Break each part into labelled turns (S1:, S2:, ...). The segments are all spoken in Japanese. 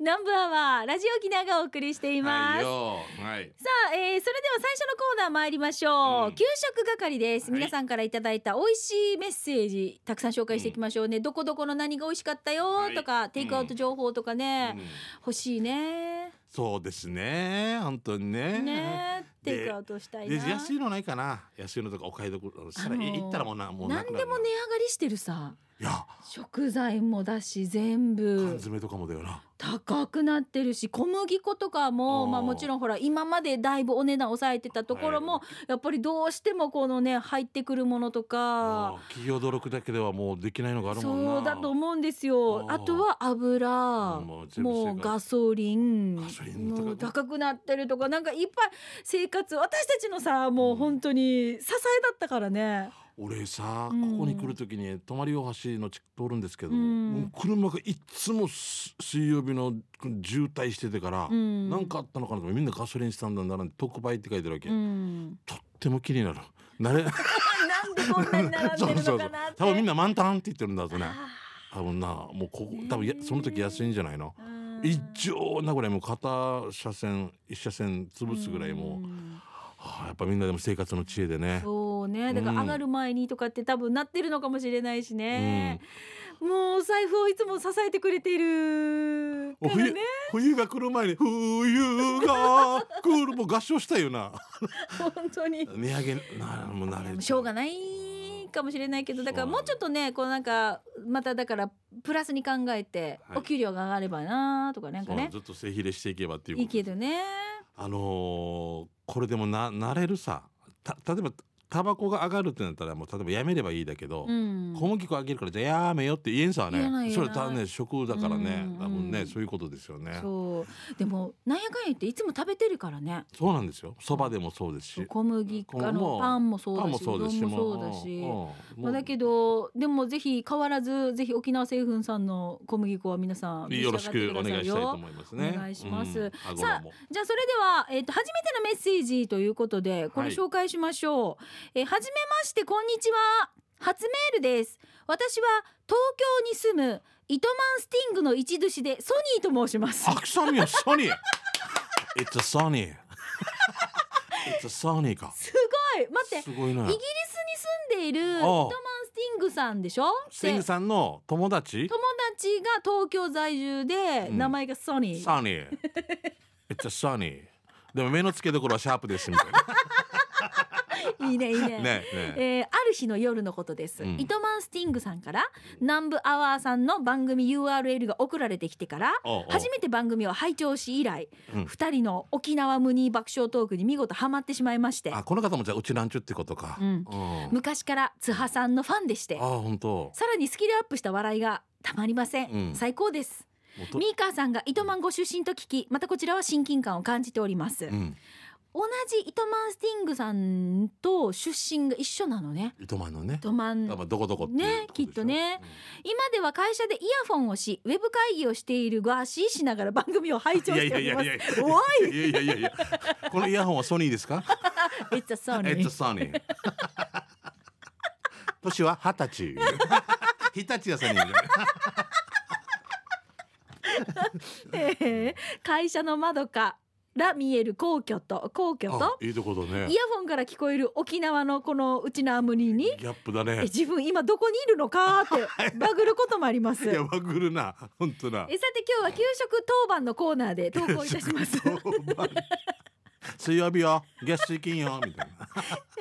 S1: 南部アワーラジオ沖縄がお送りしていま
S2: は
S1: す
S2: い。よはい。
S1: さあ、えーそれでは最初のコーナー参りましょう、
S2: うん
S1: 給食係です
S2: はい
S1: 皆さんからいただいた美味しいメッセージたくさん紹介していきましょうね、どこどこの何が美味しかったよとか、テイクアウト情報とかね、
S2: うん
S1: 欲しいね
S2: そうですね。本当にね。
S1: ね
S2: で
S1: テイクアウトしたい
S2: で
S1: な
S2: 安いのないかな。安いのとかお買い得したら
S1: あのー
S2: 行ったらもうなもうな
S1: 何
S2: く
S1: で
S2: な
S1: も
S2: る
S1: 値上がりしてるさ
S2: いや
S1: 食材もだし全
S2: 缶
S1: 部
S2: 詰とかもだよな。
S1: 高くなってるし小麦粉とかも
S2: あー
S1: まあもちろんほら今までだいぶお値段抑えてたところも、
S2: はい
S1: やっぱりどうしてもこのね入ってくるものとか
S2: あー企業努力だけではもうできないのがあるもんな。
S1: そうだと思うんですよあ
S2: あー
S1: とは油
S2: うん
S1: も
S2: もう全部正解
S1: うガソリン
S2: ガソリンの高く
S1: もう高くなってるとかなんかいっぱい生活私たちのさもう本当に支えだったからね
S2: 俺さ、
S1: うん
S2: ここに来るときに泊まり大橋の地区通るんですけど、
S1: うん
S2: もう車がいっつもす水曜日の渋滞しててから、
S1: うん
S2: なんかあったのかなと思ってみんなガソリンスタンドに並んで特売って書いてるわけ、
S1: うん
S2: とっても気になる慣れ
S1: なんでこんなに並んでるのかなって
S2: 多分みんな満タンって言ってるんだとね
S1: あ
S2: 多分なもうここ
S1: ねえ
S2: 多分やその時安いんじゃないの
S1: ーうん
S2: 一丁なぐらいもう片車線一車線潰すぐらいもう、
S1: ん
S2: はあ、やっぱみんなでも生活の知恵でね
S1: そうねだか
S2: うん
S1: ら上がる前にとかって多分なってるのかもしれないしね、もうお財布をいつも支えてくれている
S2: お
S1: から
S2: 冬
S1: ね
S2: 冬が来る前に冬が来るもう合唱したい よな
S1: 本当に
S2: 値上げなもう慣れ
S1: しょうが
S2: ない
S1: ないかもしれないけどだから
S2: そう
S1: もうちょっとねこうなんかまただからプラスに考えて
S2: はい
S1: お給料が上がればなとかなんかね
S2: ずっと背比例していけばっていう
S1: い
S2: こ
S1: い
S2: と
S1: けどね
S2: あのーこれでもな慣れるさた例えばタバコが上がるってなったらもう例えばやめればいいだけど、
S1: うん
S2: 小麦粉あげるからじゃあやめよって言えんさは
S1: 言えない
S2: ね
S1: 言え
S2: そ
S1: な
S2: れ
S1: い
S2: たね食だからね
S1: うん
S2: 多分
S1: う
S2: ね
S1: ん
S2: そういうことですよね
S1: そうでもなんやかんや言っていつも食べてるからね
S2: そうなんですよそばでもそうですし
S1: 小麦
S2: 小麦
S1: あの
S2: も
S1: パンもそう
S2: パ
S1: だ
S2: ンも
S1: しうど
S2: そうん
S1: も
S2: ですし
S1: そうだし
S2: うんうんもう
S1: まあ、だけどでもぜひ変わらずぜひ沖縄製粉さんの小麦粉は皆さん召し
S2: よ
S1: 上がっ
S2: ろ
S1: て
S2: し
S1: く
S2: く
S1: だ
S2: お
S1: さ
S2: 願いしたいと
S1: よ
S2: 思いますね。
S1: お願いします
S2: うんあごめんも
S1: じゃあそれでは、えっと初めてのメッセージということでこれ
S2: はい
S1: 紹介しましょう、えーはじめましてこんにちは初メールです私は東京に住む糸満スティングの一寿司でソニーと申します
S2: あ、ソニー、ソニー。It's a Sony. It's a Sony か。
S1: すごい待って
S2: すごいな
S1: イギ。リスに住んでいる糸満スティングさんでしょ
S2: スティング
S1: で
S2: さんの友
S1: 友
S2: 達。
S1: 達が東京在住で、
S2: うん
S1: 名前がソニー
S2: ソニ ー。It's a Sony. でも目の付けどころはシャープですみたいな。
S1: いいねいいね
S2: ね、ね。
S1: えーある日の夜のことです、
S2: うん
S1: 糸満スティングさんから南部アワーさんの番組 URL が送られてきてから
S2: おうおう
S1: 初めて番組を拝聴し以来、
S2: うん
S1: 二人の沖縄ムニ爆笑トークに見事ハマってしまいまして、
S2: あ、この方もじゃあうちなんちゅってことか。
S1: う
S2: うん
S1: ん、昔から津波さんのファンでして
S2: あ、本当。
S1: さらにスキルアップした笑いがたまりません、
S2: うん
S1: 最高です
S2: もうと
S1: ミーカーさんが糸満ご出身と聞きまたこちらは親近感を感じております、
S2: うん。
S1: 同じ糸満スティングさんと出身が一緒なのね
S2: 糸満のね。
S1: 糸満
S2: 多分どこどこっていう
S1: ね
S2: とこでしょ
S1: きっとね。今では会社でイヤフォンをしウェブ会議をしているガーシーしながら番組を拝
S2: うん
S1: 聴
S2: いやい
S1: してお
S2: やい
S1: り
S2: や
S1: ま
S2: い
S1: す
S2: や。
S1: おい
S2: いやいやいやいや。 このイヤホンはソニーですか？
S1: It's a
S2: It's
S1: Sony
S2: sunny. 年は二 十歳。日立屋さんに。
S1: えー会社の窓から見える皇居と皇居
S2: あ
S1: と
S2: いいとこだね
S1: イ。ヤフォンから聞こえる沖縄のこのうちのアムニに
S2: ギャップだ
S1: え
S2: ね。
S1: 自分今どこにいるのかー ってバグることもあります
S2: いやバグるな。本当な。
S1: えさて今日は給食当番のコー ナーで投稿いたします
S2: 水曜日よ、月水金よみたいな。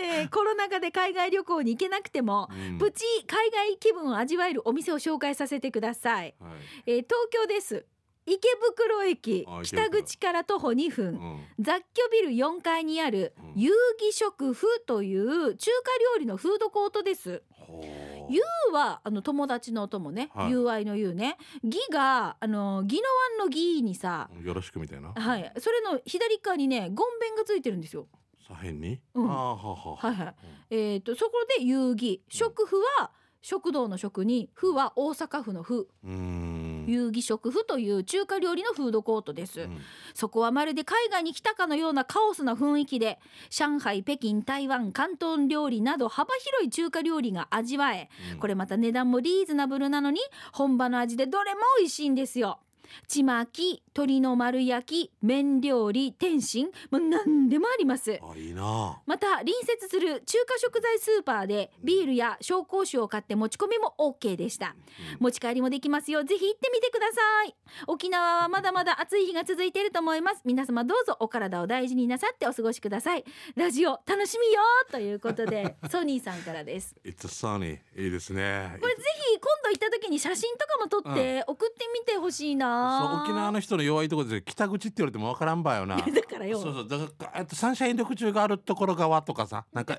S1: えーコロナ禍で海外旅行に行けなくても
S2: うん
S1: プチ海外気分を味わえるお店を紹介させてください、
S2: はい。
S1: えー東京です池袋駅
S2: あ池
S1: 北
S2: 袋
S1: 口から徒歩2分、
S2: うん。
S1: 雑居ビル4階にある
S2: うん
S1: 遊戯食府という中華料理のフードコートです。
S2: ほう
S1: ゆうはあの友達の友ね、
S2: はい
S1: 友愛の友ね。ぎがあのぎのわんのぎにさ、
S2: よろしくみたいな。
S1: は。い、それの左側にね、ゴンベンがついてるんですよ。
S2: 左辺に。あ
S1: う
S2: ー
S1: ん
S2: はは
S1: はいはい。えっ、とそこで遊戯食府は食堂の食に府は大阪府の府
S2: うん。
S1: 遊戯食府という中華料理のフードコートです、
S2: うん
S1: そこはまるで海外に来たかのようなカオスな雰囲気で上海北京台湾広東料理など幅広い中華料理が味わえこれまた値段もリーズナブルなのに本場の味でどれも美味しいんですよちまき鶏の丸焼き麺料理天津もう何でもあります
S2: あいいな
S1: また隣接する中華酒材スーパーでビールや紹興酒を買って持ち込みも OK でした持ち帰りもできますよぜひ行ってみてください沖縄はまだまだ暑い日が続いていると思います皆様どうぞお体を大事になさってお過ごしくださいラジオ楽しみよということ でソニーさんからです
S2: 「It's sunny」いいですね
S1: これぜひ今度行った時に写真とかも撮って送ってみてほしいな、
S2: そう沖縄の人の弱いところで北口って言われてもわからん ばよな
S1: だからよ
S2: そうそうだからあとサンシャイン緑中があるところ側とかさな んか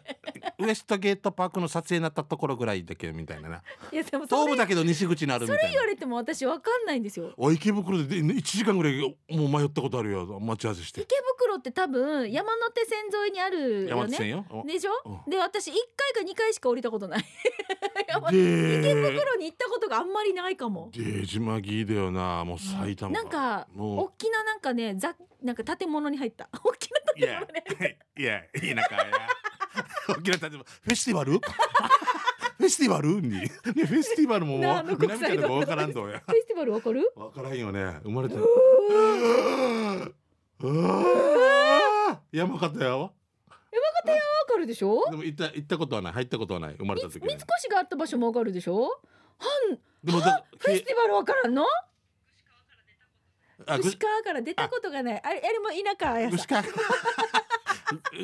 S2: ウエストゲートパークの撮影になったところぐらいだけみたいなない
S1: やでもそ
S2: 東
S1: れ
S2: 部だけど西口にあるみたいな
S1: 言われても私わかんないんですよ
S2: あ池袋で1時間ぐらいもう迷ったことあるよ待ち合わせして
S1: 池袋って多分山手線沿いにあるよ
S2: 山手
S1: ね
S2: 線よ
S1: でしょ、
S2: う
S1: で私1回か2回しか降りたことない山手池
S2: で
S1: 袋に行ったことがあんまりないかも
S2: で島木だよなもう埼玉
S1: なんか
S2: も
S1: 大きななんかねざなんか建物に入った大きな
S2: ういや いやい いなかや沖縄例えばフェスティバル フェスティバルにいやフェスティバルもも
S1: なあ
S2: う
S1: あの国
S2: 南
S1: 際通
S2: から
S1: り
S2: もわからんとや
S1: フェスティバルわかる
S2: わからんよね生まれた ら
S1: うー
S2: うわー山形やわ
S1: わかるでしょ
S2: でも行った行ったことはない入ったことはない生まれた時
S1: 三
S2: に
S1: 越があった場所もわかるでしょ
S2: でもだ
S1: フェスティバルわからんの
S2: あぐ
S1: 牛川から出たことがないあれあれも田舎や
S2: ぐ
S1: さ
S2: しか。 う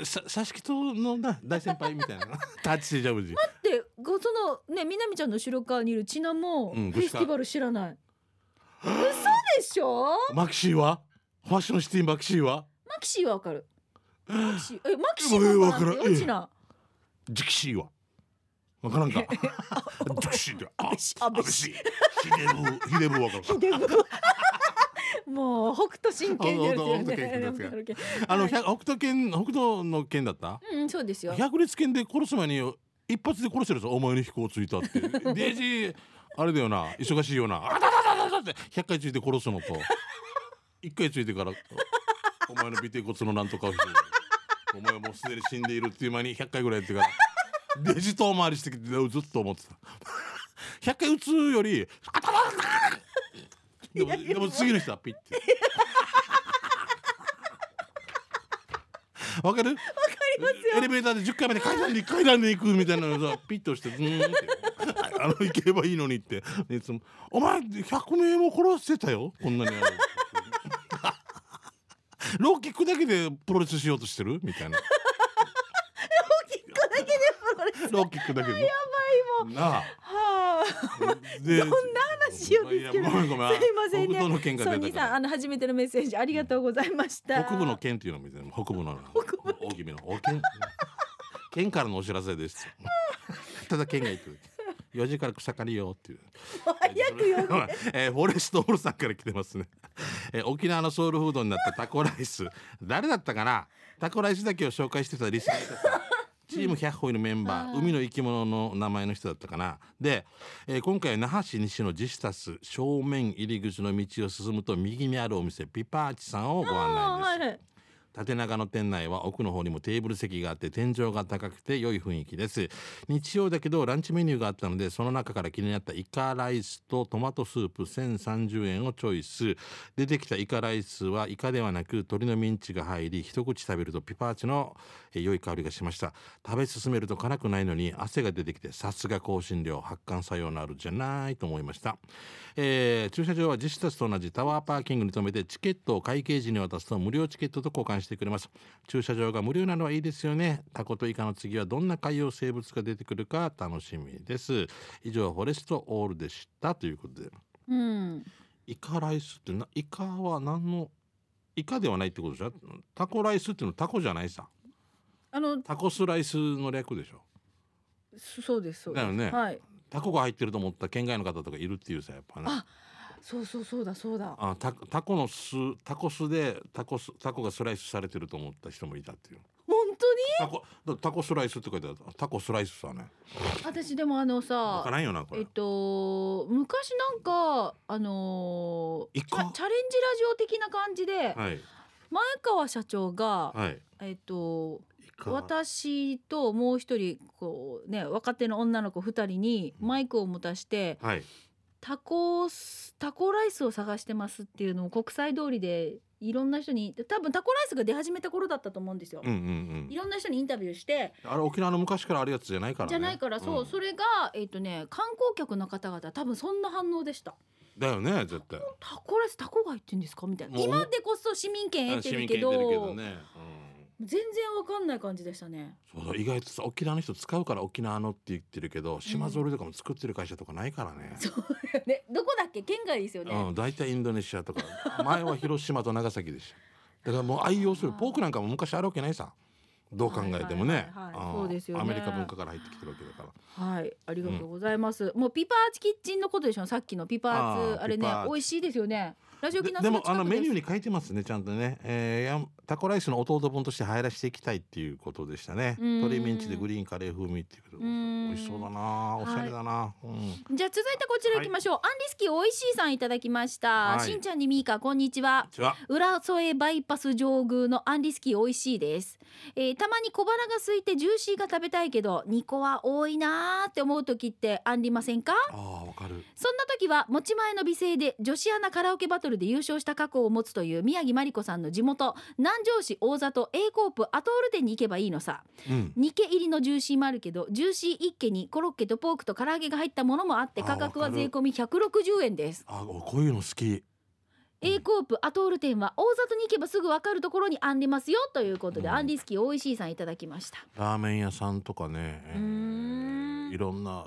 S2: んさ、さしきとのな、大先輩み たいな。タッチジャブジ。
S1: でごそのね南ちゃんの後ろ側にいるちなも
S2: う
S1: フ
S2: ん
S1: ェスティバル知らない、嘘でしょ
S2: マキシーは。ファッションシティマキシーは。
S1: マキシーはわかるマキシーえマキシーもわからんって
S2: えわからん
S1: よち な
S2: ジキシーは。わからん か。ジキシーだ。あ、
S1: 安
S2: 安
S1: 倍
S2: 倍
S1: 氏
S2: 氏。ヒデブ、ヒデブわからん。
S1: でも もう北斗神拳にやるって
S2: あ
S1: や
S2: 本当本当
S1: るね。
S2: あの、百北斗県、北斗の県だった。
S1: うん、そうですよ。
S2: 百列県で殺す前に、一発で殺してるぞ。お前に飛行ついた って。デイジー。あれだよな、忙しいよな。あだだだだだって、百回ついて殺すのと。一回ついてから。お前の尾てい骨のなんとかをして。お前はもうすでに死んでいるっていう間に100回ぐらいやってからデジ遠回りしてきてずっと思ってた100回打つよりあたたたたでもでも次の人はピッてわかるわかりますよエレベーターで10回まで階段に階段で行くみたいなの さピッと押してズーンってあの行けばいいのにっていつも「お前100名も殺してたよこんなにある」 ローキックだけでプロレスしようとしてるみた いな。ローキックだけでプロレス。ローキックだけで。やばいもん。なあ。
S1: は
S2: で
S1: どんな話をですけど
S2: いやごめんごめん
S1: あ、すいませんね。
S2: 北部の県が
S1: ソ
S2: 出
S1: ニー
S2: たか
S1: さん、
S2: ら
S1: あの初めてのメッセージありがとうございました。
S2: 北部の県っていうのみたいな北部の大きめの大県県からのお知らせです。ただ県が行く。4時から草刈りよっていう。
S1: 早くよ。
S2: えーフォレストオールさんから来てますね、えー沖縄のソウルフードになったタコライス誰だったかなタコライスだけを紹介してたリスナーがさチーム100ホイのメンバー海の生き物の名前の人だったかなで、えー今回は那覇市西のジシタス正面入り口の道を進むと右にあるお店ピパーチさんをご案内
S1: は
S2: です、
S1: いはい。
S2: 縦長の店内は奥の方にもテーブル席があって天井が高くて良い雰囲気です日曜だけどランチメニューがあったのでその中から気になったイカライスとトマトスープ1030円をチョイス出てきたイカライスはイカではなく鶏のミンチが入り一口食べるとピパーチのえー良い香りがしました食べ進めると辛くないのに汗が出てきてさすが香辛料発汗作用のあるじゃないと思いました、えー駐車場は自主たちと同じタワーパーキングに停めてチケットを会計時に渡すと無料チケットと交換してくれます駐車場が無料なのはいいですよねタコとイカの次はどんな海洋生物が出てくるか楽しみです以上フォレストオールでしたということで
S1: うん。
S2: イカライスってなイカは何のイカではないってことじゃタコライスっていうのはタコじゃないさ
S1: あの、
S2: タコスライスの略でしょ
S1: そそうです。そうです
S2: だよね
S1: はい。
S2: タコが入ってると思った県外の方とかいるっていうさやっぱね
S1: あそうそうそうだそうだ。
S2: あタタコの巣タコスでタコスタコがスライスされてると思った人もいたっていう
S1: 本当に？
S2: タコだタコスライスって書いてあるタコスライスさね
S1: 私でもあの
S2: わか
S1: さ。
S2: らんよなこれ、
S1: えっと、昔なんかあのー
S2: イ
S1: チャ
S2: カ
S1: チャレンジラジオ的な感じで
S2: はい
S1: 前川社長が、
S2: はい
S1: えっと
S2: イカ
S1: 私ともう一人こうね若手の女の子二人にマイクを持たして
S2: はい
S1: タコスタコライスを探してますっていうのを国際通りでいろんな人に多分タコライスが出始めた頃だったと思うんですよ、
S2: うんうん
S1: いろんな人にインタビューして
S2: うんあれ沖縄の昔からあるやつじゃないからね
S1: じゃないからそう、
S2: ん
S1: それがえっ、とね観光客の方々多分そんな反応でした
S2: だよね絶対
S1: タコライスタコが入ってんですかみたいな
S2: もう
S1: 今でこそ市民権得て
S2: 市
S1: る
S2: 民
S1: け
S2: 権出
S1: ど
S2: てるけどね、
S1: 全然わかんない感じでしたね
S2: うん、そうだ意外とさ沖縄の人使うから沖縄のって言ってるけど島ぞりとかも作ってる会社とかないからね、
S1: そうよねどこだっけ県外ですよね、
S2: うん、大体インドネシアとか前は広島と長崎でしただからもう愛用す
S1: あ
S2: る
S1: ー
S2: ポークなんかも昔あるわけないさどう考えてもね
S1: はいはいはいはい
S2: あー
S1: そうですよね
S2: アメリカ文化から入ってきてるわけだから
S1: はいありがとうございます、もうピパーチキッチンのことでしょさっきのピパーツ
S2: あー
S1: あれね
S2: ピパーツ
S1: 美味しいですよねラジオ
S2: で
S1: 機能
S2: でもあのメニュー
S1: に
S2: に書いてますねちゃんとね、えーやんタコライスの弟分として入らしていきたいっていうことでしたね
S1: うーん
S2: 鶏ミンチでグリーンカレー風味っていうことで
S1: うーん
S2: 美味しそうだなおしゃれだな、うん
S1: じゃあ続いてこちら行きましょう、アンリスキーおいしいさんいただきました、
S2: はい
S1: しんちゃんにみーかこんにちは
S2: じゃあ
S1: 浦添バイパス上宮のアンリスキー美味しいです、えーたまに小腹が空いてジューシーが食べたいけど2個は多いなーって思う時ってありませんか
S2: あーわかる
S1: そんな時は持ち前の美声で女子アナカラオケバトルで優勝した過去を持つという宮城真理子さんの地元南城市大里 A コープアトール店に行けばいいのさ
S2: うん
S1: 2家入りのジューシーもあるけどジューシー1家にコロッケとポークと唐揚げが入ったものもあって
S2: あ
S1: 価格は
S2: わかる
S1: 税込み160円です
S2: あーこういうの好き
S1: A コープアトール店は大里に行けばすぐ分かるところにあんでますよということで、
S2: うん
S1: アンディスキーおいしいさんいただきました
S2: ラーメン屋さんとかね、えー
S1: うーん
S2: いろんな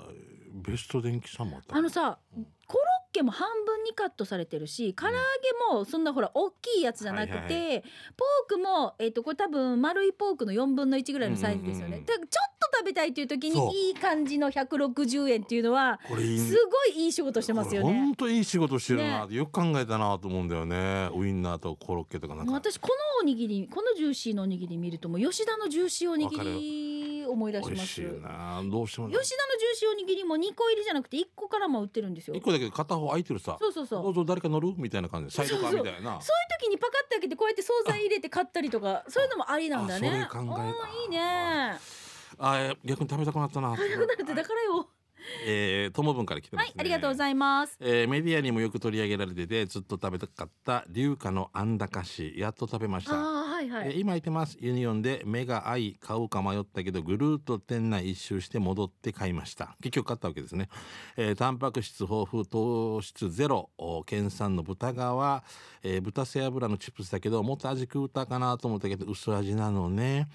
S2: ベスト電気さんもあった
S1: あのさ
S2: うん
S1: コロッケも半分にカットされてるし唐揚げもそんなほら大きいやつじゃなくて、
S2: はいはい
S1: ポークも、えっとこれ多分丸いポークの4分の1ぐらいのサイズですよ
S2: うんうん
S1: ね、
S2: うん
S1: だからちょっと食べたいという時
S2: そう
S1: にいい感じの160円っていうのは
S2: これいい
S1: すごいいい仕事してますよ
S2: これほ
S1: ね
S2: ん。といい仕事してるなってよく考えたなと思うんだよねウインナーとコロッケとかなん
S1: もう
S2: か
S1: 私このおにぎりこのジューシーのおにぎり見るともう吉田のジューシーおにぎ
S2: わか
S1: り思い出し
S2: 美
S1: ま
S2: 味
S1: す
S2: しいなどうしても
S1: 吉田のジューシーおにぎりも2個入りじゃなくて1個からも売ってるんですよ
S2: 一。個だけ片方空いてるさ
S1: そうそうそう。
S2: どうぞ誰か乗るみたいな感じでサイドカーみたいな
S1: そういう時にパカッて開けてこうやって惣菜入れて買ったりとかそういうのもありなんだね。
S2: あそういう考え
S1: あーいいね。
S2: あー逆に食べたくなったな
S1: だってだからよ。
S2: えー、友分から来てま
S1: は
S2: す、ね
S1: い、ありがとうご
S2: います
S1: ざいます。
S2: えーメディアにもよく取り上げられててずっと食べたかった龍華のあんだかしやっと食べまし
S1: あ
S2: た
S1: あはいは
S2: えー
S1: い。
S2: 今言ってますユニオンで目が合い買おうか迷ったけどぐるーっと店内一周して戻って買いました結局買ったわけですね、えータンパク質豊富糖質ゼロお県産の豚皮、えー豚背脂のチップスだけどもっと味食うたかなと思ったけど薄味なのね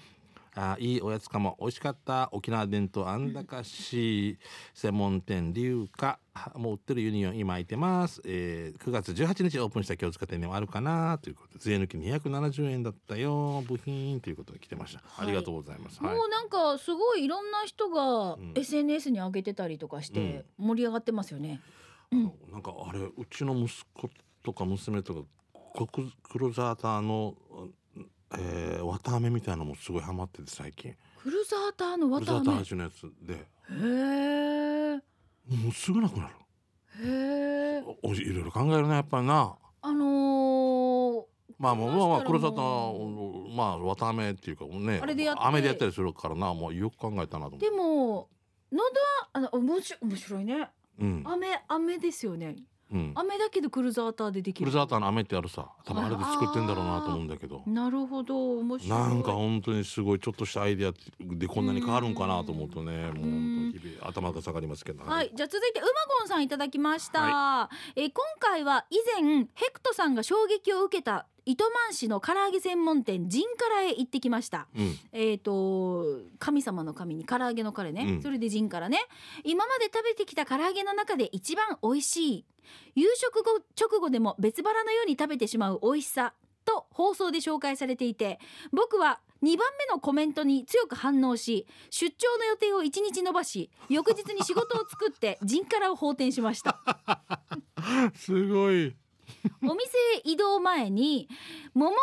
S2: あーいいおやつかも美味しかった沖縄伝統あんだかし専門店龍華もう売ってるユニオン今開いてます、えー9月18日オープンした京塚店でもあるかなということで税抜き270円だったよ部品ということで来てました、
S1: はい
S2: ありがとうございます、はい
S1: もうなんかすごいいろんな人が
S2: うん
S1: SNS に上げてたりとかして盛り上がってますよね。
S2: あのなんかあれうちの息子とか娘とかコク黒沢タの、えー、綿あめみたいなのもすごいハマってて最近
S1: クルザーターの
S2: 黒
S1: 綿
S2: 沢
S1: あ
S2: タ
S1: め。
S2: 味のやつで
S1: へえ
S2: もうすぐなくなる
S1: へえ。
S2: おおいろいろ考えるねやっぱりな
S1: あのー
S2: まあもうまあまあ
S1: これ
S2: 黒
S1: した
S2: 沙
S1: らも
S2: 汰まあ綿あめっていうかね
S1: あれでやって
S2: 雨でやったりするからなもうよく考えたなと思って
S1: でも喉はあの面白面白いね。
S2: うん
S1: 飴飴ですよね。
S2: うん
S1: 飴だけどクルザーターででき
S2: 黒
S1: る。
S2: 沢タの雨ってあるさ多分あれで作ってんだろうなと思うんだけど
S1: なるほど面白い。
S2: なんか本当にすごいちょっとしたアイデアでこんなに変わるんかなと思うとねもう本当日々頭が下がりますけど
S1: はい、じゃあ続いてウマゴンさんいただきました、えー今回は以前ヘクトさんが衝撃を受けた糸満市の唐揚げ専門店ジンカラへ行ってきました
S2: うん
S1: えー、と神様の神に唐揚げの彼ね、
S2: うん
S1: それでジンからね今まで食べてきた唐揚げの中で一番美味しい夕食後直後でも別腹のように食べてしまう美味しさと放送で紹介されていて僕は2番目のコメントに強く反応し出張の予定を1日延ばし翌日に仕事を作ってジンからを放転しました
S2: すごい
S1: お店へ移動前に桃唐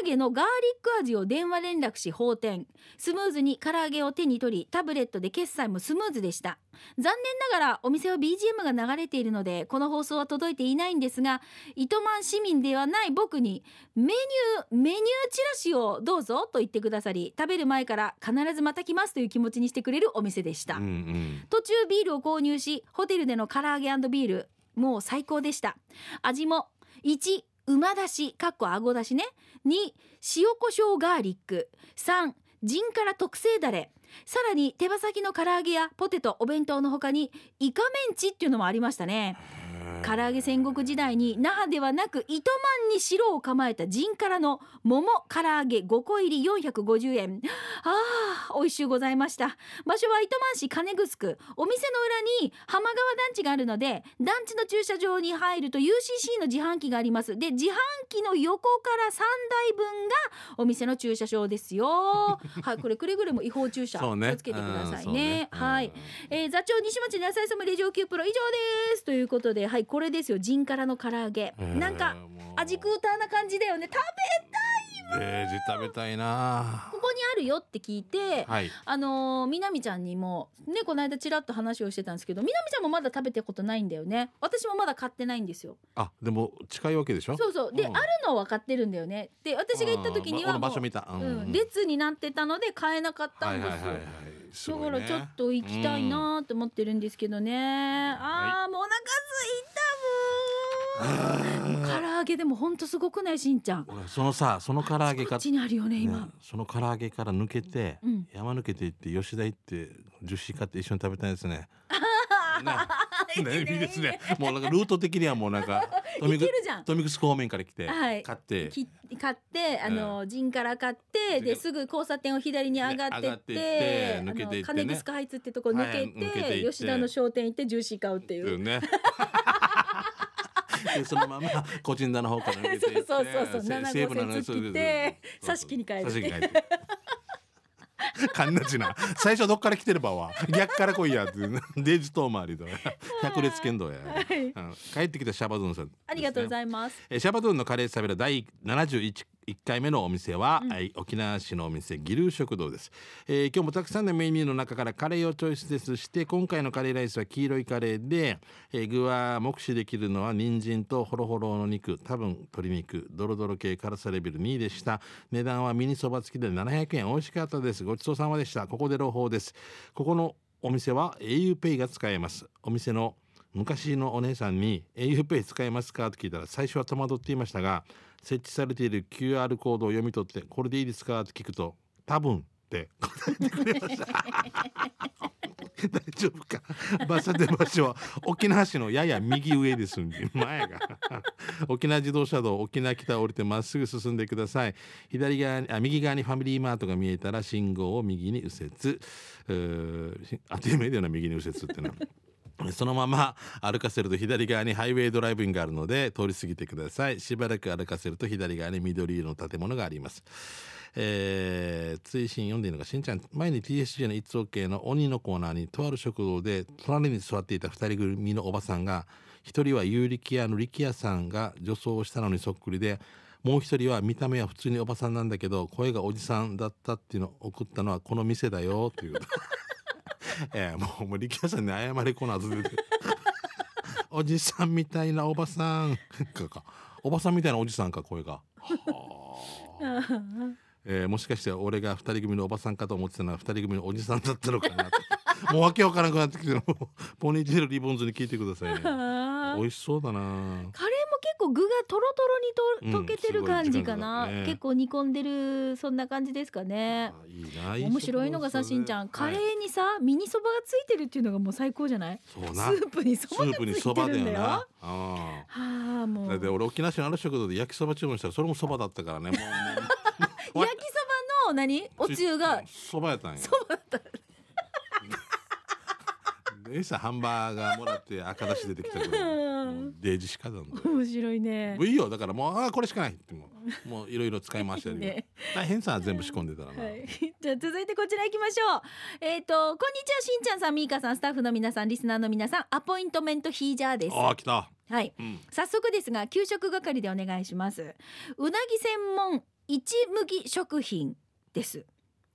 S1: 揚げのガーリック味を電話連絡し放転スムーズに唐揚げを手に取りタブレットで決済もスムーズでした残念ながらお店は BGM が流れているのでこの放送は届いていないんですが糸満市民ではない僕にメニューメニューチラシをどうぞと言ってくださり食べる前から必ずまた来ますという気持ちにしてくれるお店でした、
S2: うんうん
S1: 途中ビールを購入しホテルでの唐揚げビールもう最高でした味も1馬だしかっこあごだしね2塩コショウガーリック3ジンから特製だれさらに手羽先の唐揚げやポテトお弁当の他にイカメンチっていうのもありましたね唐揚げ戦国時代に那覇ではなく糸満に城を構えた陣からの桃唐揚げ5個入り450円あー美味しゅうございました場所は糸満市金城区お店の裏に浜川団地があるので団地の駐車場に入ると UCC の自販機がありますで自販機の横から3台分がお店の駐車場ですよはいこれくれぐれも違法駐車気
S2: そう
S1: を
S2: ね
S1: つけてくださいね,、
S2: うんそうねうん
S1: はい、えー座長西町の野菜ソムリエ上級プロ以上ですということではいこれですよジンからの唐揚げ、なんか味ク
S2: う
S1: ーターな感じだよね食べ
S2: デージ食べたいな
S1: ここにあるよって聞いて、
S2: はい
S1: あのー、みなみちゃんにもねこの間ちらっと話をしてたんですけどみなみちゃんもまだ食べたことないんだよね私もまだ買ってないんですよ
S2: あでも近いわけでしょ
S1: そうそうで、
S2: うん
S1: あるのは分かってるんだよねで私が行った時に
S2: あ
S1: は
S2: ーま俺
S1: も
S2: 場所見たう
S1: う、
S2: ん
S1: うん、列になってたので買えなかった
S2: は
S1: ん
S2: い
S1: です
S2: はい
S1: よ、
S2: はいはいす
S1: だ
S2: ご
S1: か
S2: いね
S1: らちょっと行きたいなと思ってるんですけどね、あーもうお腹すいた
S2: うん
S1: もん唐揚げでもほんとすごくないしんちゃんこ
S2: 俺そのさその唐揚げか
S1: っちにあるよね今、
S2: ねその唐揚げから抜けて、
S1: うん
S2: 山抜けていって吉田行って樹脂買って一緒に食べたいで すね。ね ねいいですね。もうなんかルート的にはもうなんか
S1: いけるじゃん
S2: トミクス方面から来て、
S1: はい
S2: 買って
S1: き買ってあの、陣から買ってで
S2: です
S1: ぐ交差点を左に上がってって,、
S2: ね上がっていって抜けていって
S1: あ
S2: ね
S1: の金城ハイツってとこ抜けて,、
S2: はい抜けていって
S1: 吉田の商店行ってジューシー買うっていう、
S2: うんね。でそのまま個人だの方から抜けていって
S1: そうそうそうそう
S2: せ
S1: 7
S2: 西武の
S1: 号線突っ切って
S2: そうそう
S1: 挿し木に帰る
S2: 挿し木に帰ってカンナチな最初どっから来てればわ逆から来いやってデジ遠 回りと百列剣道や、
S1: はい
S2: うん帰ってきたシャバドゥンさん、
S1: ありがとうご
S2: い
S1: ざいます
S2: ます、えーシャバドゥンのカレーサビラ第71回目のお店は、はい沖縄市のお店ギルー食堂です、えー今日もたくさんのメニューの中からカレーをチョイスですして今回のカレーライスは黄色いカレーで、えー具は目視できるのは人参とホロホロの肉多分鶏肉ドロドロ系辛さレベル2でした値段はミニそば付きで700円美味しかったですごちそうさまでしたここで朗報ですここのお店は auPay が使えますお店の昔のお姉さんに auPay 使えますかと聞いたら最初は戸惑っていましたが設置されている QR コードを読み取ってこれでいいですかと聞くと多分って答えてくれました 大丈夫か場所で場所は沖縄市のやや右上ですんで前が沖縄自動車道沖縄北を降りてまっすぐ進んでください左側にあ右側にファミリーマートが見えたら信号を右に右折うーし当てめだよな右に右折ってなそのまま歩かせると左側にハイウェイドライブインがあるので通り過ぎてくださいしばらく歩かせると左側に緑色の建物がありますえー、追伸読んでいいのかしんちゃん前に TSG の「It's OK」の鬼のコーナーにとある食堂で隣に座っていた2人組のおばさんが1人は有力屋の力也さんが女装をしたのにそっくりでもう1人は見た目は普通におばさんなんだけど声がおじさんだったっていうのを送ったのはこの店だよっていうえー、もうも う力也さんに謝れこなずで おじさんみたいなおばさんかかおばさんみたいなおじさんか声が。えーもしかして俺が2人組のおばさんかと思ってたのは2人組のおじさんだったのかな ってもう訳わからなくなってきてる もうポニーテールリボンズに聞いてください
S1: あ
S2: ね
S1: ー
S2: 美味しそうだな
S1: カレーも結構具がとろとろにと溶
S2: うん
S1: けてる感じかな、
S2: すごい時間がね
S1: 結構煮込んでるそんな感じですかね
S2: あいいな
S1: 面白いのがさしんちゃんカレーにさ、ミニそばがついてるっていうのがもう最高じゃない
S2: そう
S1: ス
S2: な
S1: ープにそ
S2: ス
S1: ばが
S2: ープに
S1: つい
S2: そば
S1: て
S2: だ
S1: る
S2: よ
S1: んだよ
S2: な
S1: は
S2: あ
S1: あもう
S2: だっ
S1: 焼き
S2: て
S1: そ
S2: 俺沖縄市のある食堂で焼きそば注文したらそれもそばだったか らねもうもう
S1: ばの何おつゆが
S2: そばやったんや
S1: そばだった
S2: でさハンバーガーもらって赤だし出てきたから
S1: うん
S2: もうデージしかだんだよ
S1: 面白いね
S2: もういいよだからもうああこれしかないってもうもういろいろ使い回してるけど
S1: いいね
S2: 大変さ全部仕込んでたらな、
S1: はい、 じゃあ続いてこちら行きましょうえっ、とこんにちはしんちゃんさんみーかさんスタッフの皆さんリスナーの皆さんアポイントメントヒージャーです
S2: ああ来た、
S1: はい
S2: うん、
S1: 早速ですが給食係でお願いしますうなぎ専門一麦食品です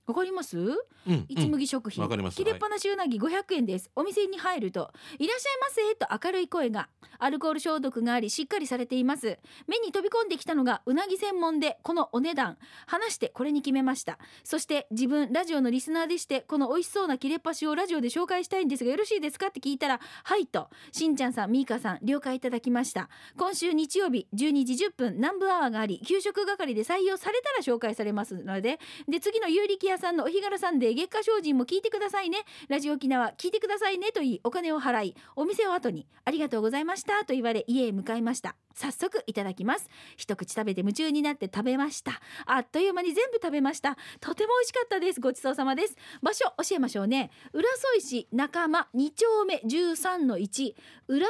S1: わかります
S2: うん
S1: 一麦食品、
S2: わかります
S1: 切れっぱなしうなぎ500円ですお店に入ると「いらっしゃいませ」と明るい声がアルコール消毒がありしっかりされています目に飛び込んできたのがうなぎ専門でこのお値段話してこれに決めましたそして自分ラジオのリスナーでしてこの美味しそうな切れっ端をラジオで紹介したいんですがよろしいですかって聞いたら「はい」としんちゃんさんみーかさん了解いただきました今週日曜日12時10分南部アワーがあり給食係で採用されたら紹介されますのでで次の有力屋さんのお日柄さんで月下精進も聞いてくださいねラジオ沖縄聞いてくださいねと言いお金を払いお店を後にありがとうございましたと言われ家へ向かいました早速いただきます一口食べて夢中になって食べましたあっという間に全部食べましたとても美味しかったですごちそうさまです場所教えましょうね浦添市仲間2丁目13の1浦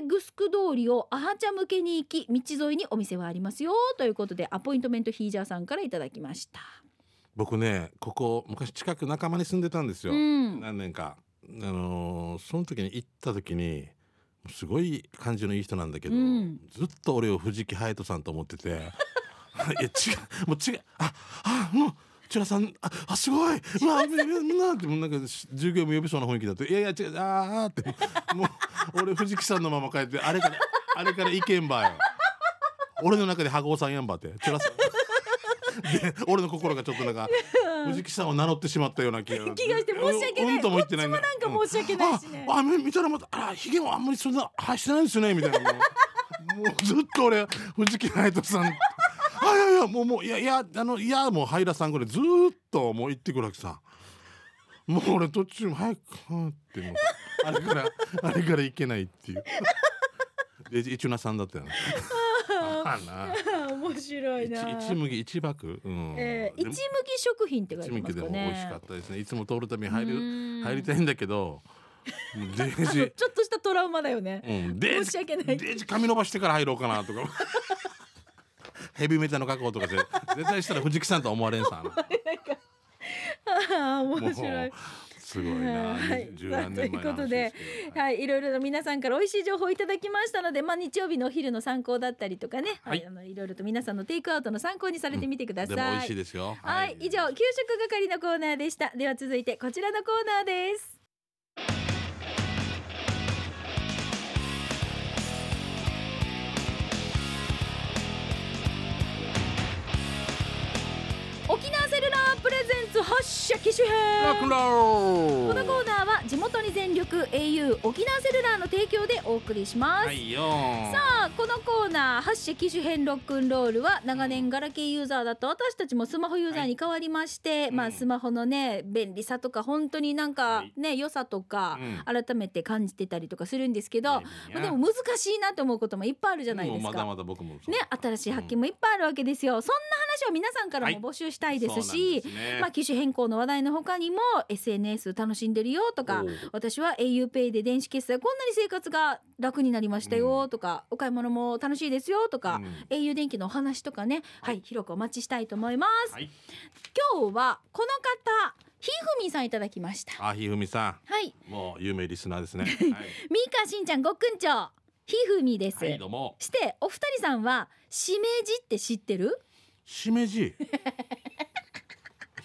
S1: 添グスク通りをアハチャ向けに行き道沿いにお店はありますよということでアポイントメントヒージャーさんからいただきました
S2: 僕ねここ昔近く仲間に住んでたんですよ、
S1: うん
S2: 何年かあのーその時に行った時にすごい感じのいい人なんだけど、
S1: うん
S2: ずっと俺を藤木隼人さんと思ってて いや違うもう違うああもう千らさんああすごいうわなってもうなんかし従業員も呼びそうな雰囲気だといやいや違うああってもう俺藤木さんのまま帰ってあれからあれから意見ばよ俺の中で羽生さんやんばって千らさんで俺の心がちょっとなんか藤木さんを名乗ってしまったような気が
S1: 気がして申し訳ない
S2: うんとも言ってない
S1: こっちもなんか申し訳ないしね
S2: ああめ見たらまたあらひげもあんまりそんな生えしてないですねみたいなもうもうずっと俺藤木ライトさんあいやいやもうもういやいやあのいやもうハイラさんぐらいずーっともう行ってくるわけさもう俺途中早く帰ってもうあれから あれから行けないっていうで一ナさんだ ったよねあら
S1: 面白いな。
S2: 一一麦一箔うん、
S1: えー一
S2: でも
S1: 麦食品って書い
S2: 一
S1: てま
S2: 麦
S1: す
S2: で
S1: か
S2: も美味し
S1: ね
S2: かっ。たですねいつも通るたびに入る
S1: うん
S2: 入りたいんだけどもうデー
S1: あ
S2: ジ
S1: のちょっとしたトラウマだよね。
S2: うん、デー
S1: 申
S2: ジ
S1: し訳ない
S2: デージ髪伸ばしてから入ろうかなとかヘビメタの加工とか で絶対したら藤木さんとは思われんさ
S1: ああ
S2: も
S1: 面
S2: う
S1: 白い。
S2: すごいな
S1: はい
S2: 十何年前の話すけど
S1: はい、いろいろな皆さんから美味しい情報をいただきましたので、まあ日曜日のお昼の参考だったりとかね、は
S2: はい
S1: い、あのいろいろと皆さんのテイクアウトの参考にされてみてくださ
S2: で
S1: い。
S2: も美味しいですよ
S1: はい、以上給食係のコーナーでした。では続いてこちらのコーナーです。沖縄セルラープレゼンツ発射機種
S2: ロック
S1: 編
S2: ンロール
S1: このコーナーは地元に全力 au 沖縄セルラーの提供でお送りします、
S2: はいよ
S1: さあこのコーナー「ハッシュ機種編ロックンロール」は長年ガラケーユーザーだった私たちもスマホユーザーに変わりまして、
S2: い
S1: ま
S2: う
S1: あ
S2: ん
S1: スマホのね便利さとか本当になん
S2: は
S1: か
S2: い
S1: ね、良さとか
S2: うん
S1: 改めて感じてたりとかするんですけど、
S2: 便利
S1: まあ、
S2: や
S1: でも難しいなと思うこともいっぱいあるじゃないで
S2: も
S1: す
S2: うまだ
S1: か。
S2: まだ僕もそう
S1: ね、新しい発見もいっぱいあるわけですよ、そんな話を皆さんからも募集したいですし、
S2: そうなんですね
S1: まあ、機種変更の話題の他にも SNS 楽しんでるよとか
S2: おう
S1: 私は auPay で電子決済こんなに生活が楽になりましたよとか、お買い物も楽しいですよとか、
S2: うん
S1: au 電気のお話とかね、はい、広くお待ちしたいと思います。
S2: はい
S1: 今日はこの方ひふみんさんいただきました。
S2: あひふみさ
S1: はい、
S2: んもう有名リスナーです ねはい
S1: みーかしんちゃんごっくんちょうひふみです。
S2: はいどうも
S1: してお二人さんはしめじって知ってる？
S2: しめじ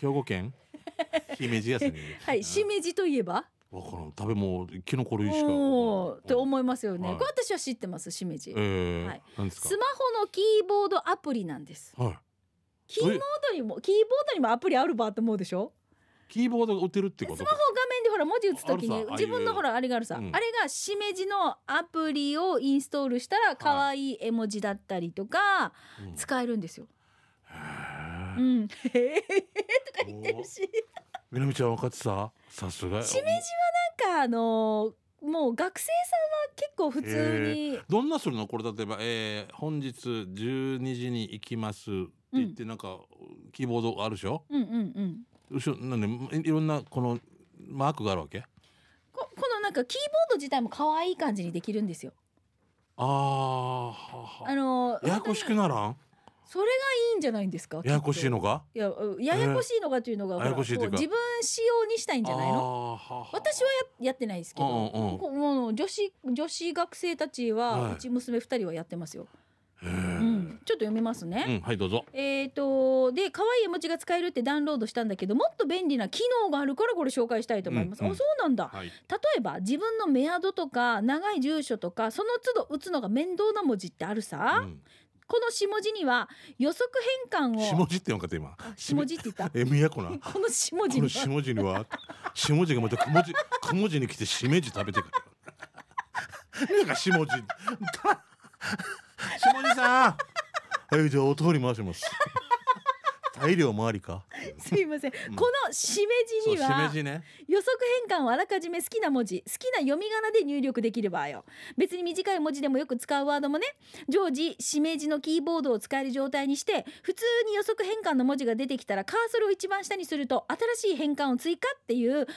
S2: 兵庫県姫路やすね
S1: はい、しめじといえば、
S2: わからん食べ物キノコ類しかわからん
S1: おーって思いますよね。
S2: はい
S1: これ私は知ってますしめじ。
S2: え
S1: はい
S2: えなんですか
S1: スマホのキーボードアプリなんです。
S2: はい
S1: キーボードにもキーボードにもアプリあるばって思うでしょ。
S2: キーボードが売ってるってこと
S1: スマホ画面でほら文字打つときに
S2: ああるさああいう
S1: 自分のほらあれがあるさ、
S2: うん
S1: あれがしめじのアプリをインストールしたら可愛い絵文字だったりとか
S2: うん
S1: 使えるんですよ。う
S2: へ
S1: ん。 へえ
S2: え
S1: 言ってるし。
S2: みなみちゃん分かってたさすが
S1: しめじはなんかあのーもう学生さんは結構普通に。
S2: どんなするのこれ例えば、えー、本日12時に行きますって言って、なんかキーボードあるでしょ
S1: うんうんうん。
S2: 後ろなんでいろんなこのマークがあるわけ
S1: ここのなんかキーボード自体も可愛い感じにできるんですよ。
S2: あーは
S1: あ
S2: は
S1: のー
S2: ややこしくならん
S1: それがいいんじゃないんですか。
S2: ややこしい
S1: の。
S2: のか
S1: いやうややこしいのがというのが、ほ
S2: えー
S1: ら
S2: ややこしいというか
S1: こう自分仕様にしたいんじゃないの。
S2: あーはは
S1: 私はややってないですけど、
S2: うんうんうん
S1: こもう女子女子学生たちは、
S2: はいう
S1: ち娘二人はやってますよ。
S2: へえ
S1: うんちょっと読みますね、
S2: うん、はいどうぞ。
S1: えー、とで可愛い絵文字が使えるってダウンロードしたんだけどもっと便利な機能があるからこれ紹介したいと思います。
S2: うんうん
S1: あそうなんだ
S2: はい。
S1: 例えば自分のメアドとか長い住所とかその都度打つのが面倒な文字ってあるさ、
S2: うん
S1: この下地には予測変換を
S2: 下地って読んかった今
S1: あ。下地って言った
S2: え宮古な。
S1: この下地
S2: こ
S1: には
S2: の下地には下地がまたくもじくもじに来てしめじ食べてくる。なんか下地。下地さん。はいじゃあお通り回 します。大量回りか。
S1: すいません、
S2: うん
S1: このしめじ
S2: そう
S1: に
S2: し
S1: は
S2: めじね。
S1: 予測変換をあらかじめ好きな文字好きな読み仮名で入力できる場合よ別に短い文字でもよく使うワードもね常時しめじのキーボードを使える状態にして普通に予測変換の文字が出てきたらカーソルを一番下にすると新しい変換を追加っていう赤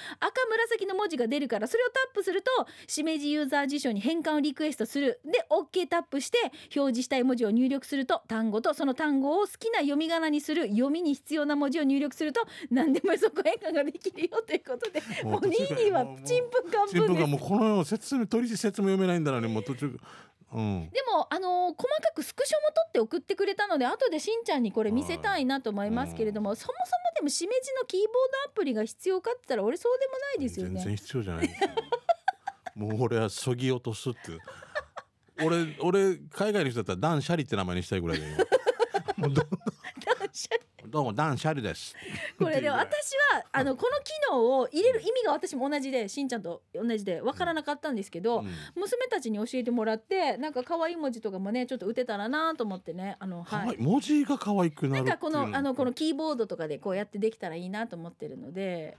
S1: 紫の文字が出るからそれをタップするとしめじユーザー辞書に変換をリクエストするで OK タップして表示したい文字を入力すると単語とその単語を好きな読み仮名にする読みに必要な文字を入力すると何でも予測変換ができるよということで
S2: も
S1: お
S2: う
S1: に
S2: 途中から
S1: ぎりは
S2: もう
S1: ちんぷんかん
S2: チン
S1: ぷ
S2: プ
S1: んで
S2: が
S1: す
S2: もうこの説明取り説も読めないんだろうねもう途中。うん。
S1: でもあのー細かくスクショも撮って送ってくれたので後でしんちゃんにこれ見せたいなと思いますけれども、そもそもでもしめじのキーボードアプリが必要かって言ったら俺そうでもないですよ
S2: 全
S1: ね。
S2: 然必要じゃないですよもう俺はそぎ落とすって俺俺海外の人だったらダン・シャリって名前にしたいぐらいだよもうどどうもダン・シャリです
S1: これでも私はあのこの機能を入れる意味が私も同じでしんちゃんと同じで分からなかったんですけど、
S2: うん
S1: 娘たちに教えてもらってなんか可愛い文字とかもねちょっと打てたらなと思ってねあの
S2: 可
S1: は
S2: 愛い
S1: い。
S2: 文字が可愛く
S1: な
S2: な
S1: ん
S2: るってい
S1: か
S2: う
S1: このあのこのキーボードとかでこうやってできたらいいなと思ってるので、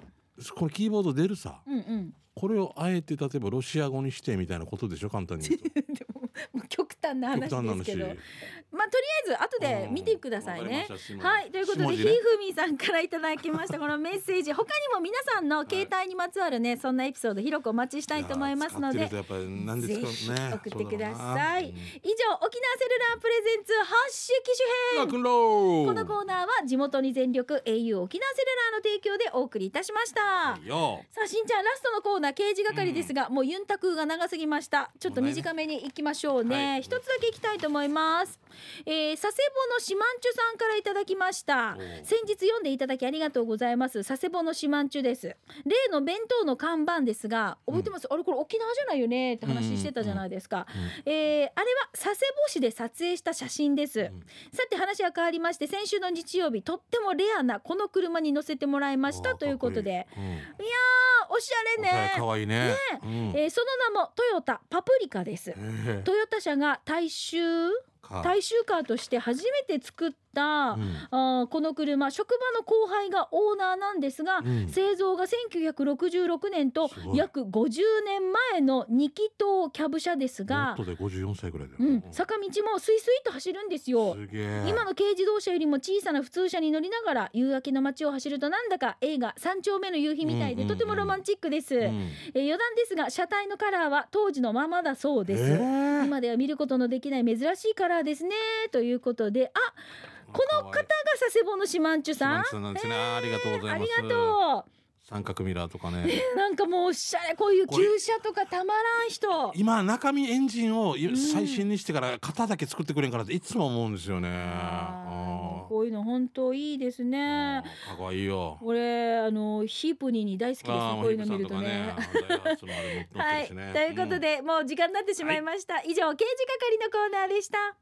S2: このキーボード出るさ
S1: うんうん。
S2: これをあえて例えばロシア語にしてみたいなことでしょ簡単に言うと
S1: でももう極端な 話
S2: 極端な
S1: ですけど、まあとりあえず後で見てくださいね。はいということで、ひ
S2: ね、
S1: ふみさんからいただきましたこのメッセージ他にも皆さんの携帯にまつわるね、そんなエピソード広くお待ちしたいと思いますの
S2: や
S1: で
S2: 使ってる人やっぱり何で使うね
S1: ぜひ送ってくだ
S2: そ
S1: さ
S2: うろうない
S1: 以上
S2: うん
S1: 沖縄セルラープレゼンツ発信機種編
S2: ロックンロー
S1: このコーナーは地元に全力 au 沖縄セルラーの提供でお送りいたしました、
S2: いいよ
S1: さあしんちゃんラストのコーナー刑事係ですが、もうユンタクが長すぎましたちょっと短めに行きましょう
S2: は
S1: ね
S2: い
S1: 一、つだけ行きたいと思います、えー、佐世保のシマンチュさんからいただきました
S2: おう
S1: 先日読んでいただきありがとうございます佐世保のシマンチュです例の弁当の看板ですが覚えてます、あれこれ沖縄じゃないよねって話してたじゃないですか、えーあれは佐世保市で撮影した写真です、
S2: ん
S1: さて話は変わりまして先週の日曜日とってもレアなこの車に乗せてもらいましたということで
S2: あー。かっこいいうん
S1: あおしゃれね
S2: 可愛いね。うん
S1: えーその名もトヨタパプリカです
S2: ええ
S1: トヨタ社が大衆
S2: か
S1: 大衆カーとして初めて作った、
S2: うん
S1: あーこの車職場の後輩がオーナーなんですが、
S2: うん
S1: 製造が1966年と
S2: すごい
S1: 約50年前の2気筒キャブ車です
S2: も
S1: が
S2: っと、で五十四歳ぐらいだよ。
S1: うん、坂道もスイスイと走るんですよ。
S2: すげえ。
S1: 今の軽自動車よりも小さな普通車に乗りながら夕焼けの街を走るとなんだか映画「三丁目の夕日」みたい
S2: うんう
S1: で
S2: んうん
S1: とてもロマンチックです、
S2: うん
S1: えー余談ですが車体のカラーは当時のままだそうです、
S2: ええ
S1: 今では見ることのできない珍しいカラーですねということであこの方が佐世保のシマンチュさん
S2: 島津なんですね。あーありがとうござ
S1: あ
S2: いま
S1: り
S2: す。
S1: がと
S2: 三角ミラーとかね。
S1: うなんかもうおしゃれこういう
S2: これ
S1: 旧車とかたまらん人
S2: 今中身エンジンを
S1: ん
S2: 最新にしてから型だけ作ってくれんからっていつも思うんですよね。
S1: あー
S2: あ
S1: こういうの本当いいですね
S2: ー可愛いよ。
S1: 俺あのヒープニーに大好きです
S2: あー
S1: こういうの見るとね
S2: おひぶさんとかねそのあれ乗ってる
S1: はい、
S2: し
S1: と
S2: ね
S1: いうことで、もう時間になってしまいました、以上刑事係のコーナーでした